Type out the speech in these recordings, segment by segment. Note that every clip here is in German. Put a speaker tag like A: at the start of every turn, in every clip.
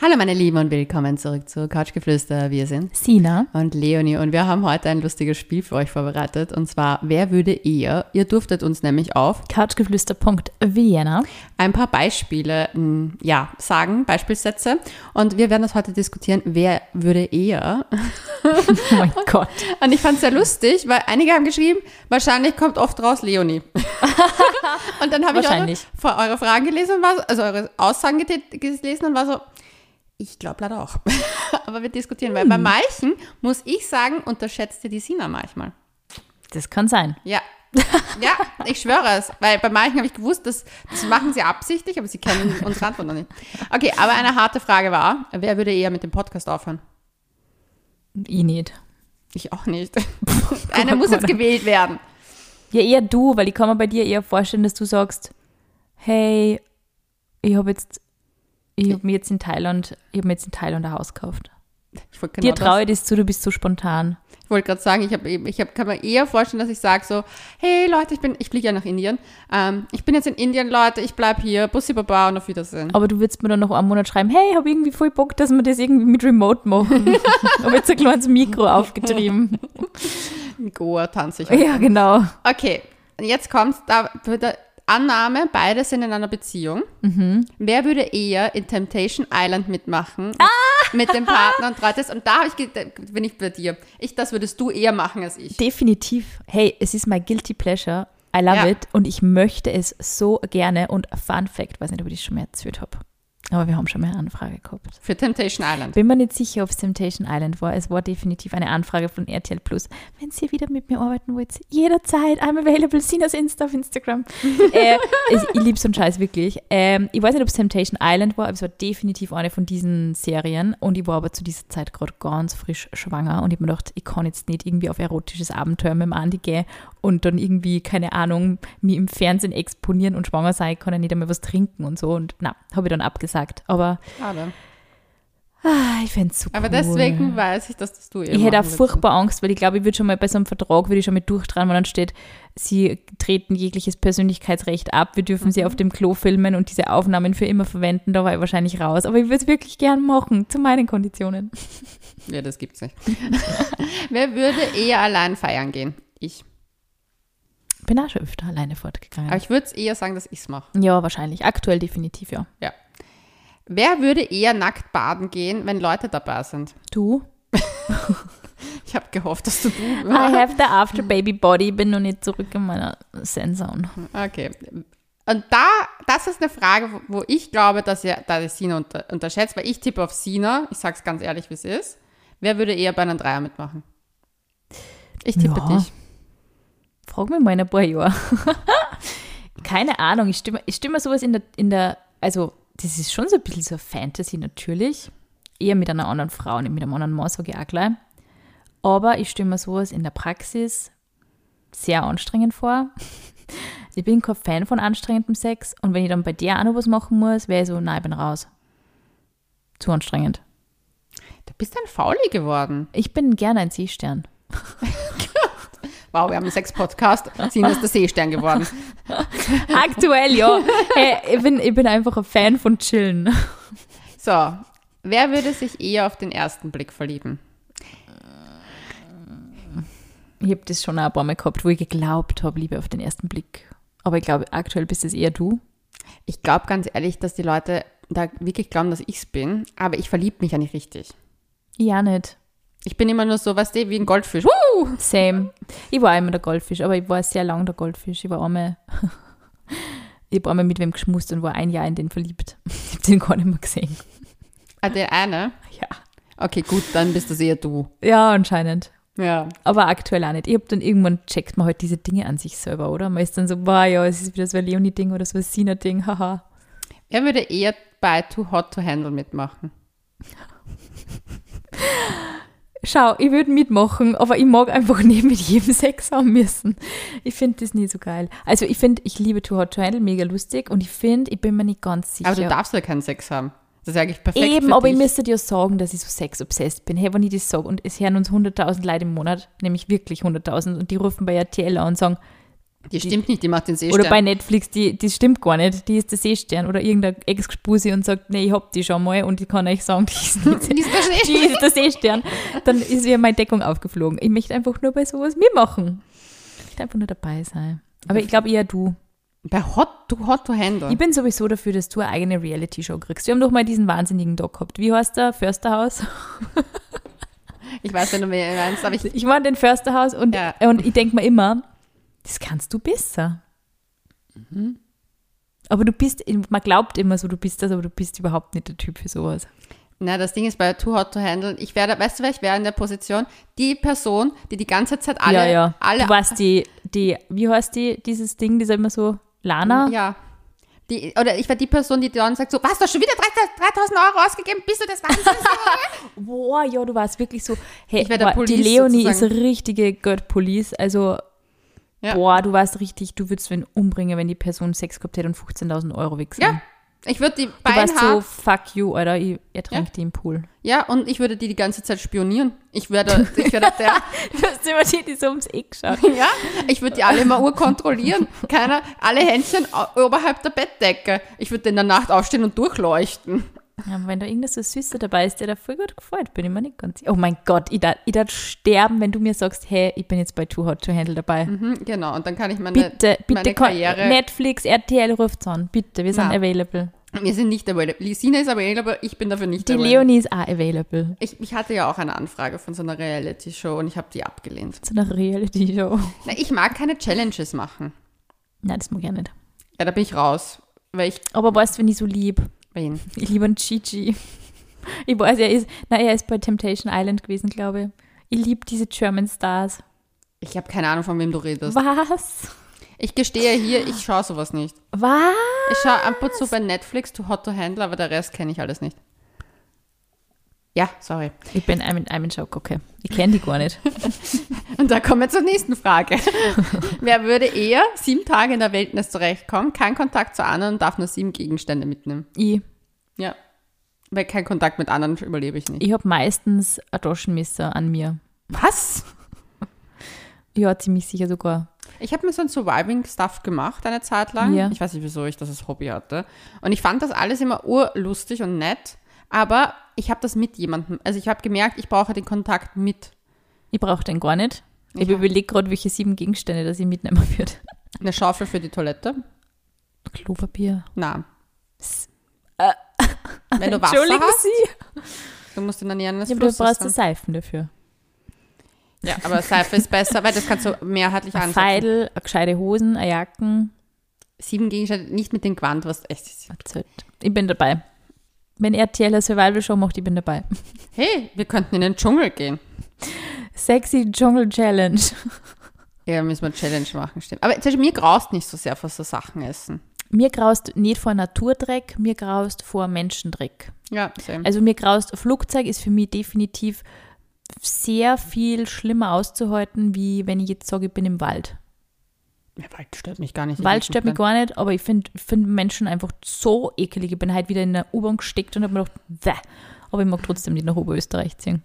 A: Hallo meine Lieben und willkommen zurück zu Couchgeflüster. Wir sind
B: Sina.
A: und Leonie und wir haben heute ein lustiges Spiel für euch vorbereitet und zwar Wer würde eher? Ihr durftet uns nämlich auf
B: Couchgeflüster.vienna.
A: ein paar Beispiele mh, ja, sagen, Beispielsätze und wir werden das heute diskutieren, wer würde eher?
B: Oh mein Gott.
A: Und ich fand es sehr lustig, weil einige haben geschrieben, wahrscheinlich kommt oft raus Leonie. und dann habe ich auch
B: Wahrscheinlich.
A: noch vor- eure Fragen gelesen, und war, so- also eure Aussagen getät- gelesen und war so, ich glaube leider auch. Aber wir diskutieren, weil bei
B: Hm.
A: manchen, muss ich sagen, unterschätzte die Sina manchmal.
B: Das kann sein.
A: Ja. Ja, ich schwöre es, weil bei manchen habe ich gewusst, dass, das machen sie absichtlich, aber sie kennen unsere Antwort noch nicht. Okay, aber eine harte Frage war, wer würde eher mit dem Podcast aufhören?
B: Ich nicht.
A: Ich auch nicht. Einer muss jetzt gewählt werden.
B: Ja, eher du, weil ich kann mir bei dir eher vorstellen, dass du sagst, hey, ich habe jetzt, ich habe mir jetzt in Thailand, ich habe mir jetzt in Thailand ein Haus gekauft.
A: Ich wollte Genau
B: Dir
A: das-
B: traue ich das zu, du bist so spontan.
A: Ich wollte gerade sagen, ich, hab, eben- ich hab, kann mir eher vorstellen, dass ich sage so, hey Leute, ich bin, ich fliege ja nach Indien. Ähm, ich bin jetzt in Indien, Leute, ich bleib hier, Bussi Baba und auf Wiedersehen.
B: Aber du würdest mir dann noch einen Monat schreiben, hey, ich habe irgendwie voll Bock, dass wir das irgendwie mit Remote machen. habe jetzt ein kleines Mikro aufgetrieben.
A: In Goa tanze ich.
B: ja, genau.
A: Okay, und jetzt kommt's, da würde Annahme, beide sind in einer Beziehung.
B: Mhm.
A: Wer würde eher in Temptation Island mitmachen?
B: Ah!
A: Mit dem Partner und Treutes. Und da hab ich, ge- bin ich bei dir. Ich, das würdest du eher machen als ich.
B: Definitiv. Hey, es ist mein guilty pleasure. I love
A: Ja.
B: it und ich möchte es so gerne. Und Fun Fact, weiß nicht, ob ich das schon mal erzählt habe. Aber wir haben schon mal eine Anfrage gehabt.
A: Für Temptation Island.
B: Bin mir nicht sicher, ob es Temptation Island war. Es war definitiv eine Anfrage von RTL Plus. Wenn ihr wieder mit mir arbeiten wollt, jederzeit, I'm available, Sinas Insta auf Instagram. äh, es, ich lieb's und Scheiß wirklich. Ähm, ich weiß nicht, ob es Temptation Island war, aber es war definitiv eine von diesen Serien. Und ich war aber zu dieser Zeit gerade ganz frisch schwanger und ich habe mir gedacht, ich kann jetzt nicht irgendwie auf erotisches Abenteuer mit dem Andi gehen und dann irgendwie, keine Ahnung, mich im Fernsehen exponieren und schwanger sein, ich kann ja nicht einmal was trinken und so. Und na, habe ich dann abgesagt. Aber
A: Schade.
B: ah, ich fände es super.
A: Aber
B: cool.
A: deswegen weiß ich, dass das du eher
B: Ich hätte auch
A: machen würdest.
B: furchtbar Angst, weil ich glaube, ich würde schon mal bei so einem Vertrag würde ich schon mit durchtragen, wo dann steht, sie treten jegliches Persönlichkeitsrecht ab, wir dürfen sie auf dem Klo filmen und diese Aufnahmen für immer verwenden, da war ich wahrscheinlich raus. Aber ich würde es wirklich gern machen, zu meinen Konditionen.
A: Ja, das gibt's nicht. Wer würde eher allein feiern gehen? Ich.
B: Bin auch schon öfter alleine fortgegangen.
A: Aber ich würde es eher sagen, dass ich's mache.
B: ja, wahrscheinlich. Aktuell definitiv, ja.
A: Ja. Wer würde eher nackt baden gehen, wenn Leute dabei sind?
B: Du?
A: Ich habe gehofft, dass du du
B: I have the after baby body, bin noch nicht zurück in meiner Sensation.
A: Okay. Und da, das ist eine Frage, wo- wo ich glaube, dass ihr, dass ihr Sina unter, unterschätzt, weil ich tippe auf Sina. Ich sag's ganz ehrlich, wie es ist. Wer würde eher bei einem Dreier mitmachen? Ich tippe
B: Ja.
A: dich.
B: Frag mich mal in ein paar Jahren. Keine Ahnung, ich stimme, ich stimme sowas in der, in der, also das ist schon so ein bisschen so Fantasy natürlich. Eher mit einer anderen Frau, nicht mit einem anderen Mann, sage ich auch gleich. Aber ich stimme mir sowas in der Praxis sehr anstrengend vor. Ich bin kein Fan von anstrengendem Sex und wenn ich dann bei der auch noch was machen muss, wäre ich so, nein, ich bin raus. Zu anstrengend.
A: Du bist ein Fauli geworden.
B: Ich bin gerne ein Seestern.
A: Wow, wir haben einen Sex-Podcast. Sina ist der Seestern geworden.
B: Aktuell, ja. Hey, ich, bin, ich bin einfach ein Fan von Chillen.
A: So, wer würde sich eher auf den ersten Blick verlieben?
B: Ich habe das schon auch ein paar Mal gehabt, wo ich geglaubt habe, Liebe auf den ersten Blick. Aber ich glaube, aktuell bist es eher du.
A: Ich glaube ganz ehrlich, dass die Leute da wirklich glauben, dass ich's bin, aber ich verliebe mich ja nicht richtig.
B: Ja, nicht.
A: Ich bin immer nur so, weißt du, wie ein Goldfisch. Huh!
B: Same. Ich war immer der Goldfisch, aber ich war sehr lang der Goldfisch. Ich war einmal, ich habe einmal mit wem geschmust und war ein Jahr in den verliebt. Ich habe den gar nicht mehr gesehen.
A: Ah, der eine?
B: Ja.
A: Okay, gut, dann bist das eher du.
B: Ja, anscheinend.
A: Ja. Aber
B: Aber aktuell auch nicht. Ich habe dann irgendwann checkt man halt diese Dinge an sich selber, oder? Man ist dann so, boah, ja, es ist wieder so ein Leonie-Ding oder so ein Sina-Ding, haha.
A: er würde eher bei Too Hot to Handle mitmachen.
B: Schau, ich würde mitmachen, aber ich mag einfach nicht mit jedem Sex haben müssen. Ich finde das nie so geil. Also ich finde, ich liebe Too Hot to Handle, mega lustig und ich finde, ich bin mir nicht ganz sicher.
A: Aber du darfst ja keinen Sex haben. Das ist eigentlich perfekt
B: Eben,
A: für
B: aber ich
A: dich.
B: müsste dir sagen, dass ich so sex-obsessed bin. Hey, wenn ich das sage und es hören uns 100.000 Leute im Monat, nämlich wirklich 100.000 und die rufen bei RTL an und sagen,
A: Die stimmt nicht, die macht den Seestern.
B: Oder bei Netflix, die, die stimmt gar nicht. Die ist der Seestern oder irgendein Ex-Spusi und sagt, nee, ich hab die schon mal und ich kann euch sagen, die ist nicht
A: Die ist der
B: die
A: Seestern.
B: ist der Seestern. Dann ist mir meine Deckung aufgeflogen. Ich möchte einfach nur bei sowas mitmachen. Ich möchte einfach nur dabei sein. Aber ich glaube eher du.
A: Bei Hot to, Hot to Handle.
B: Ich bin sowieso dafür, dass du eine eigene Reality-Show kriegst. Wir haben doch mal diesen wahnsinnigen Doc gehabt. Wie heißt der? Försterhaus?
A: ich weiß, wenn du mir meinst, aber ich,
B: Ich war in den Försterhaus und,
A: Ja.
B: und ich denke mir immer, das kannst du besser.
A: Mhm.
B: Aber du bist, man glaubt immer so, du bist das, aber du bist überhaupt nicht der Typ für sowas.
A: Na, das Ding ist bei Too Hot to Handle, ich wäre, weißt du, wer ich wäre in der Position? Die Person, die die ganze Zeit alle,
B: ja, ja.
A: alle,
B: du warst die, die, wie heißt die, dieses Ding, die ist immer so, Lana?
A: ja. Die, oder ich wäre die Person, die dann sagt so, was, du hast schon wieder 3000 Euro ausgegeben, bist du das Wahnsinn?
B: Boah, ja, du warst wirklich so, hey,
A: Ich wär der
B: boah, die
A: Police
B: Leonie
A: sozusagen.
B: ist richtige Girl Police, also
A: Ja.
B: boah, du warst richtig, du würdest wen umbringen, wenn die Person Sex gehabt hätte und 15.000 Euro wechseln.
A: ja, ich würde die
B: Du warst so,
A: Beinhaar,
B: fuck you, oder ich ertränke die im Pool.
A: ja, und ich würde die die ganze Zeit spionieren. Ich wäre ich wär der,
B: Du hast immer die, die so ums Eck schaut.
A: ja, ich würde die alle immer urkontrollieren. Keiner, alle Händchen au- oberhalb der Bettdecke. Ich würde in der Nacht aufstehen und durchleuchten.
B: Ja, aber wenn da irgendwas so Süßer dabei ist, der da voll gut gefällt, bin ich mir nicht ganz sicher. Oh mein Gott, ich darf, ich darf sterben, wenn du mir sagst, hey, ich bin jetzt bei Too Hot to Handle dabei.
A: Mhm, genau, und dann kann ich meine,
B: Bitte, bitte,
A: meine
B: kon-
A: Karriere
B: Netflix, RTL ruft an. Bitte, wir sind
A: Nein.
B: available.
A: Wir sind nicht available. Lisina ist available, ich bin dafür nicht
B: Die
A: available.
B: Leonie ist auch available.
A: Ich, ich hatte ja auch eine Anfrage von so einer Reality-Show und ich habe die abgelehnt.
B: Zu einer Reality-Show.
A: Na, ich mag keine Challenges machen.
B: Nein, das mag ich auch nicht.
A: Ja, da bin ich raus. Weil ich
B: Aber weißt du, wenn ich so lieb?
A: bin.
B: Ich liebe einen Gigi. Ich weiß, er ist, na, er ist bei Temptation Island gewesen, glaube ich. Ich liebe diese German Stars.
A: Ich habe keine Ahnung, von wem du redest.
B: Was?
A: Ich gestehe hier, ich schaue sowas nicht.
B: Was?
A: Ich schaue ab und zu bei Netflix to Hot to Handle, aber der Rest kenne ich alles nicht. Ja, sorry.
B: Ich bin I'm in, I'm in Schock, okay. Ich kenne die gar nicht.
A: Und da kommen wir zur nächsten Frage. Wer würde eher sieben Tage in der Wildnis zurechtkommen, keinen Kontakt zu anderen und darf nur sieben Gegenstände mitnehmen?
B: Ich,
A: Ja. Weil kein Kontakt mit anderen überlebe ich nicht.
B: ich habe meistens ein Taschenmesser an mir.
A: Was?
B: Ja, ziemlich sicher sogar.
A: Ich habe mir so ein Surviving-Stuff gemacht eine Zeit lang.
B: Ja.
A: Ich weiß nicht, wieso ich das als Hobby hatte. Und ich fand das alles immer urlustig und nett. Aber ich habe das mit jemandem. Also ich habe gemerkt, ich brauche den Kontakt mit.
B: Ich brauche den gar nicht. Ich
A: Ja.
B: überlege gerade, welche sieben Gegenstände das ich mitnehmen würde.
A: Eine Schaufel für die Toilette?
B: Klopapier.
A: Na. Wenn du Wasser
B: Äh. Entschuldigen
A: hast,
B: Sie.
A: du musst in der Nähe eines
B: Ja, aber du
A: Flusses
B: brauchst
A: sein.
B: das Seifen dafür.
A: Ja, aber Seife ist besser, weil das kannst du mehrheitlich
B: Ein
A: ansetzen.
B: Feidel, eine gescheite Hosen, eine Jacken,
A: Sieben Gegenstände, nicht mit dem Quant, was echt ist.
B: ein Zelt. Ich bin dabei. Wenn RTL eine Survival-Show macht, ich bin dabei.
A: Hey, wir könnten in den Dschungel gehen.
B: Sexy Jungle Challenge.
A: Ja, müssen wir eine Challenge machen, stimmt. Aber zum Beispiel, mir graust nicht so sehr vor so Sachen essen.
B: Mir graust nicht vor Naturdreck, mir graust vor Menschendreck.
A: Ja, same.
B: Also mir graust, Flugzeug ist für mich definitiv sehr viel schlimmer auszuhalten, wie wenn ich jetzt sage, ich bin im Wald.
A: Ja, Wald stört mich gar nicht. Ich
B: Wald
A: lieb
B: stört mich
A: den.
B: gar nicht, aber ich finde find Menschen einfach so ekelig. Ich bin halt wieder in der U-Bahn gesteckt und habe mir gedacht, bäh. aber ich mag trotzdem nicht nach Oberösterreich ziehen.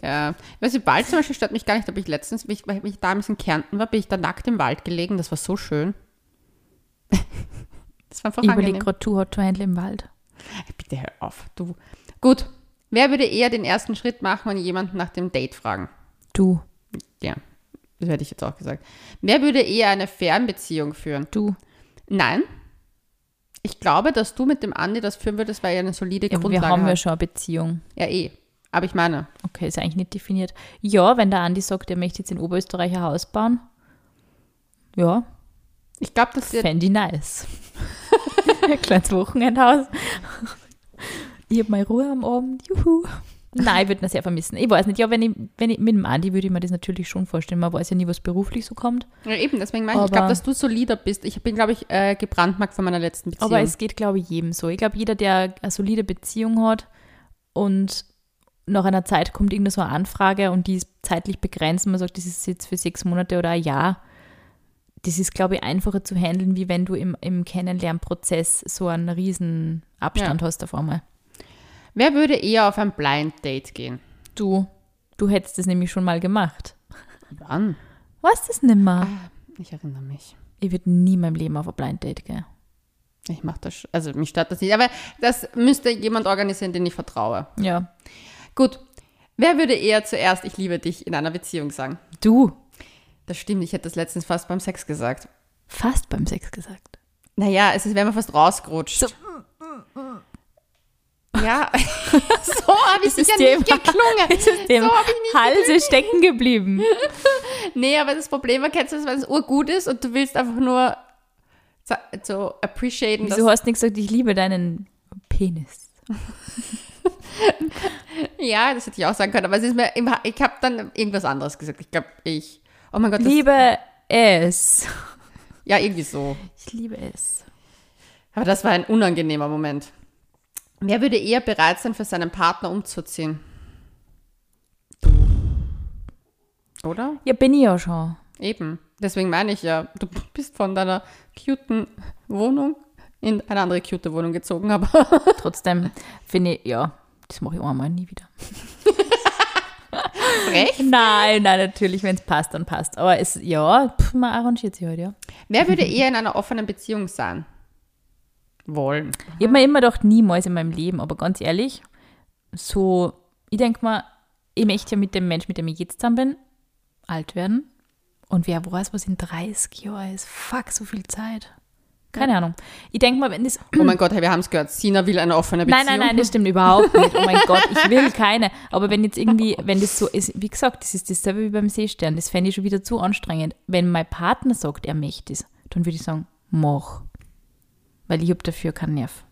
A: Ja, weißt du, Wald zum Beispiel stört mich gar nicht, aber ich letztens, wie ich, weil ich damals in Kärnten war, bin ich da nackt im Wald gelegen, das war so schön. Das war einfach
B: Ich überlege
A: angenehm.
B: gerade Too Hot to Handle im Wald.
A: Bitte hör auf, du. Gut, wer würde eher den ersten Schritt machen und jemanden nach dem Date fragen?
B: Du,
A: Ja, das hätte ich jetzt auch gesagt. Wer würde eher eine Fernbeziehung führen?
B: du.
A: Nein. Ich glaube, dass du mit dem Andi das führen würdest, weil er eine solide
B: Ja, aber wir
A: Grundlage halt.
B: haben ja
A: hat.
B: schon eine Beziehung.
A: Ja, eh. Aber ich meine,
B: Okay, ist eigentlich nicht definiert. Ja, wenn der Andi sagt, er möchte jetzt in Oberösterreich ein Haus bauen. Ja,
A: ich glaube, dass wir
B: fände ich nice. ein kleines Wochenendhaus. Ich habe meine Ruhe am Abend. Juhu. Nein, ich würde ihn sehr vermissen. Ich weiß nicht. Ja, wenn ich, wenn ich mit dem Andi würde ich mir das natürlich schon vorstellen. Man weiß ja nie, was beruflich so kommt.
A: Ja, eben, deswegen meine ich, ich
B: Aber-
A: glaube, dass du solider bist. Ich bin, glaube ich, äh, gebrandmarkt von meiner letzten Beziehung.
B: Aber es geht, glaube ich, jedem so. Ich glaube, jeder, der eine solide Beziehung hat und nach einer Zeit kommt irgendeine so eine Anfrage und die ist zeitlich begrenzt und man sagt, das ist jetzt für sechs Monate oder ein Jahr. Das ist, glaube ich, einfacher zu handeln, wie wenn du im, im Kennenlernprozess so einen riesen Abstand hast auf einmal.
A: Wer würde eher auf ein Blind Date gehen?
B: Du, du hättest das nämlich schon mal gemacht.
A: Wann?
B: Ah.
A: Äh,
B: Weißt du es nimmer?
A: Ich erinnere mich.
B: Ich würde nie in meinem Leben auf ein Blind Date gehen.
A: Ich mache das, sch- also mich stört das nicht. Aber das müsste jemand organisieren, den ich vertraue.
B: Ja.
A: Gut. Wer würde eher zuerst Ich liebe dich in einer Beziehung sagen?
B: Du,
A: Das stimmt, ich hätte das letztens fast beim Sex gesagt.
B: fast beim Sex gesagt.
A: Naja, es ist, wenn man fast rausgerutscht.
B: So.
A: Ja, so habe ich
B: Das ist
A: sicher
B: dem-
A: nicht geklungen.
B: Es ist dem
A: So hab ich nicht
B: Halse stecken geblieben.
A: Nee, aber das Problem war, kennst du das, wenn es urgut ist und du willst einfach nur so- so appreciaten,
B: Wieso
A: dass,
B: hast du nicht gesagt, ich liebe deinen Penis?
A: Ja, das hätte ich auch sagen können, aber es ist mir, im Ha- ich habe dann irgendwas anderes gesagt. Ich glaube, ich, oh mein Gott, das,
B: Liebe es.
A: ja, irgendwie so.
B: Ich liebe es.
A: Aber das war ein unangenehmer Moment. Wer würde eher bereit sein, für seinen Partner umzuziehen? Du. Oder?
B: Ja, bin ich ja schon.
A: Eben. Deswegen meine ich ja, du bist von deiner cuten Wohnung in eine andere cute Wohnung gezogen, aber
B: Trotzdem finde ich, ja, das mache ich auch einmal nie wieder.
A: recht.
B: Nein, nein, natürlich, wenn es passt, dann passt. Aber es, ja, pff, man arrangiert sich halt, ja.
A: Wer würde eher in einer offenen Beziehung sein? Wollen.
B: Ich habe mir immer gedacht, niemals in meinem Leben, aber ganz ehrlich, so, ich denke mal, ich möchte ja mit dem Mensch, mit dem ich jetzt zusammen bin, alt werden. Und wer weiß, was in 30 Jahren ist. Fuck, so viel Zeit. Keine Ahnung. Ich denke mal, wenn das
A: Oh mein Gott, hey, wir haben es gehört. Sina will eine offene Beziehung.
B: Nein, nein, nein, das stimmt überhaupt nicht. Oh mein Gott, ich will keine. Aber wenn jetzt irgendwie, wenn das so ist, wie gesagt, das ist dasselbe wie beim Seestern, das fände ich schon wieder zu anstrengend. Wenn mein Partner sagt, er möchte es, dann würde ich sagen, mach. Weil ich habe dafür keinen Nerv.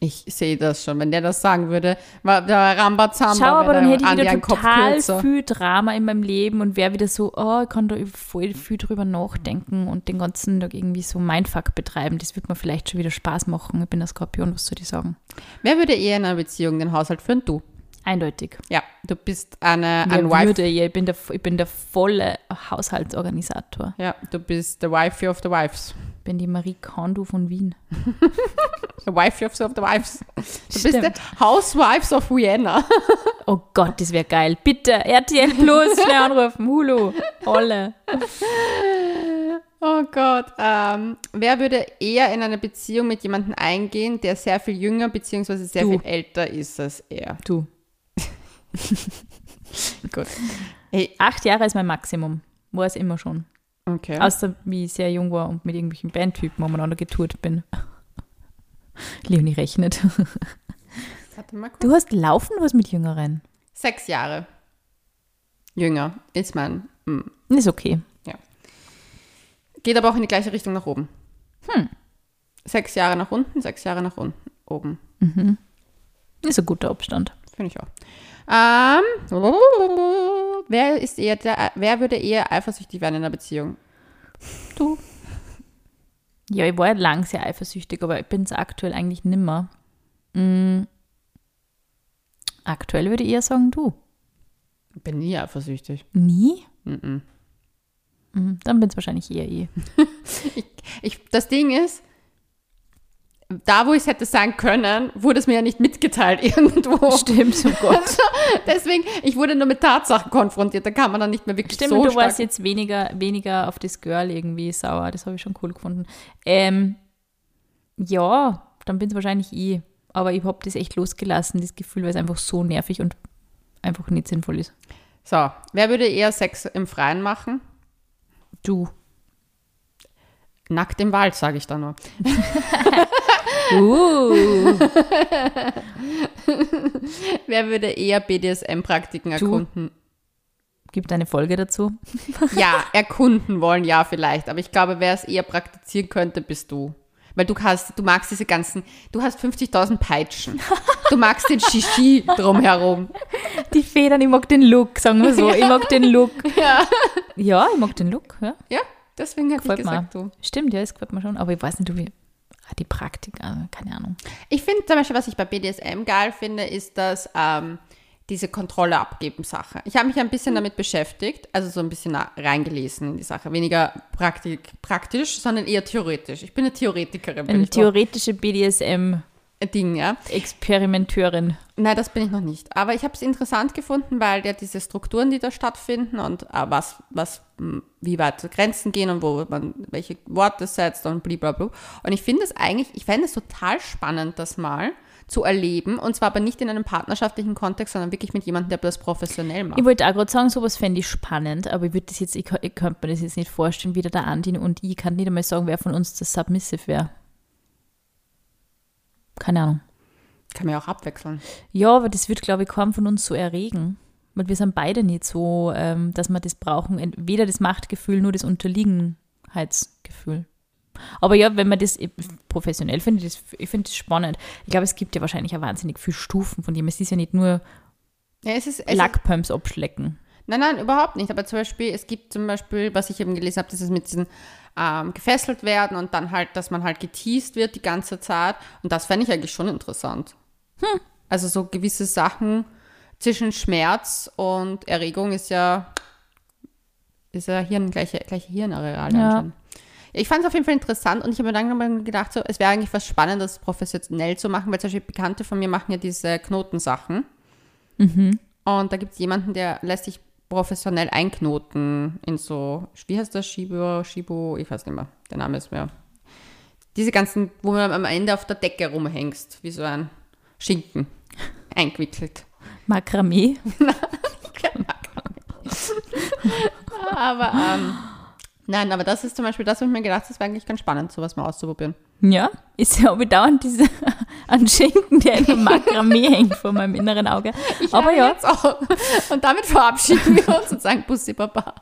A: Ich sehe das schon. Wenn der das sagen würde, war der Rambazamba.
B: Schau, aber
A: wäre
B: dann hätte ich
A: Andi
B: wieder
A: einen Kopf
B: total
A: kürzer.
B: viel Drama in meinem Leben und wäre wieder so, oh, ich kann da voll viel drüber nachdenken und den ganzen Tag irgendwie so Mindfuck betreiben. Das wird mir vielleicht schon wieder Spaß machen. Ich bin der Skorpion, was soll ich sagen?
A: Wer würde eher in einer Beziehung den Haushalt führen? Du.
B: Eindeutig.
A: Ja, du bist eine,
B: Ja,
A: ein Wife.
B: würde, ja, ich, bin der, ich bin der volle Haushaltsorganisator.
A: Ja, du bist the wifey of the wives.
B: Ich bin die Marie Kondo von Wien.
A: The wifey of the wives. Du
B: Stimmt.
A: bist the Housewives of Vienna.
B: Oh Gott, das wäre geil. Bitte, RTL Plus, schnell anrufen. Hulu, alle.
A: Oh Gott. Ähm, wer würde eher in eine Beziehung mit jemandem eingehen, der sehr viel jünger bzw. sehr
B: Du.
A: viel älter ist als er?
B: Du.
A: Gut.
B: Acht Jahre ist mein Maximum. War es immer schon.
A: Okay.
B: Außer wie ich sehr jung war und mit irgendwelchen Bandtypen umeinander getourt bin. Leonie rechnet.
A: Warte mal kurz.
B: Du hast laufen was mit Jüngeren.
A: Sechs Jahre jünger ist man. Hm.
B: Ist okay.
A: Geht aber auch in die gleiche Richtung nach oben. Hm. Sechs Jahre nach unten, sechs Jahre nach unten, oben.
B: Mhm. Ist ein guter Abstand.
A: Finde ich auch. Ähm, wer, ist eher der, wer würde eher eifersüchtig werden in einer Beziehung?
B: Du. Ja, ich war ja lang sehr eifersüchtig, aber ich bin es aktuell eigentlich nimmer. Mm. Aktuell würde ich eher sagen, du.
A: Bin nie eifersüchtig.
B: Nie?
A: Mhm.
B: Mm, Dann bin es wahrscheinlich eher ich.
A: Ich, das Ding ist, da wo ich es hätte sagen können, wurde es mir ja nicht mitgeteilt irgendwo.
B: Stimmt, oh Gott.
A: Deswegen, ich wurde nur mit Tatsachen konfrontiert. Da kann man dann nicht mehr wirklich
B: Stimmt,
A: so
B: du
A: stark
B: warst jetzt weniger, weniger auf das Girl irgendwie sauer. Das habe ich schon cool gefunden. Ähm, ja, dann bin es wahrscheinlich ich. Aber ich habe das echt losgelassen, das Gefühl, weil es einfach so nervig und einfach nicht sinnvoll ist.
A: So, wer würde eher Sex im Freien machen?
B: Du.
A: Nackt im Wald, sage ich da nur.
B: Uh.
A: Wer würde eher BDSM-Praktiken
B: Du.
A: erkunden?
B: Gibt eine Folge dazu?
A: Ja, erkunden wollen, ja, vielleicht. Aber ich glaube, wer es eher praktizieren könnte, bist du. Weil du hast, du magst diese ganzen, du hast 50.000 Peitschen. Du magst den Shishi drumherum.
B: Die Federn, ich mag den Look, sagen wir so. Ich mag den Look.
A: Ja.
B: Ja, ich mag den Look. Ja.
A: Ja, deswegen hätte
B: Gefällt
A: ich
B: mir.
A: gesagt, du.
B: Stimmt, ja, das gefällt mir schon. Aber ich weiß nicht, wie. Ah, die Praktik, ah, keine Ahnung.
A: Ich finde zum Beispiel, was ich bei BDSM geil finde, ist das ähm, diese Kontrolle abgeben Sache. Ich habe mich ein bisschen damit beschäftigt, also so ein bisschen na- reingelesen in die Sache. Weniger praktik, praktisch, sondern eher theoretisch. Ich bin eine Theoretikerin. Bin
B: Eine
A: ich auch.
B: theoretische BDSM-Expertin.
A: Ding, ja.
B: Experimenteurin.
A: Nein, das bin ich noch nicht. Aber ich habe es interessant gefunden, weil ja diese Strukturen, die da stattfinden und äh, was, was, m, wie weit Grenzen gehen und wo man welche Worte setzt und blablabla. Und ich finde es eigentlich, ich fände es total spannend, das mal zu erleben. Und zwar aber nicht in einem partnerschaftlichen Kontext, sondern wirklich mit jemandem, der das professionell macht.
B: Ich wollte auch gerade sagen, sowas fände ich spannend, aber ich würde das jetzt, ich, kann- ich könnte mir das jetzt nicht vorstellen, wie der da Andin und ich kann nicht einmal sagen, wer von uns das Submissive wäre. Keine Ahnung.
A: Kann man ja auch abwechseln.
B: Ja, aber das wird, glaube ich, kaum von uns so erregen. Weil wir sind beide nicht so, ähm, dass wir das brauchen. Ent- Weder das Machtgefühl, nur das Unterliegenheitsgefühl. Aber ja, wenn man das eh professionell findet, das, ich finde das spannend. Ich glaube, es gibt ja wahrscheinlich auch wahnsinnig viele Stufen von dem. Es ist ja nicht nur
A: Ja, es ist, es ist
B: Lackpumps abschlecken.
A: Nein, nein, überhaupt nicht. Aber zum Beispiel, es gibt zum Beispiel, was ich eben gelesen habe, dass es mit diesen ähm, gefesselt werden und dann halt, dass man halt geteased wird die ganze Zeit. Und das fände ich eigentlich schon interessant. Also so gewisse Sachen zwischen Schmerz und Erregung ist ja, ist ja Hirn, gleiche, gleiche Hirnareale.
B: Ja.
A: anscheinend. Ich fand es auf jeden Fall interessant und ich habe mir dann nochmal gedacht, so, es wäre eigentlich was Spannendes, professionell zu machen, weil zum Beispiel Bekannte von mir machen ja diese Knotensachen.
B: Mhm.
A: Und da gibt es jemanden, der lässt sich professionell einknoten in so, wie heißt das, Shibo, Shibo, ich weiß nicht mehr, der Name ist mir. Diese ganzen, wo man am Ende auf der Decke rumhängst, wie so ein Schinken eingewickelt.
B: Makramee.
A: Aber, ähm, nein, aber das ist zum Beispiel das, was ich mir gedacht habe, das wäre eigentlich ganz spannend, sowas mal auszuprobieren.
B: Ja, ist ja bedauernd diese an Schinken, der in einem Makramee hängt vor meinem inneren Auge. aber
A: Dann
B: ja,
A: jetzt auch. Und damit verabschieden wir uns und sagen Bussi Baba.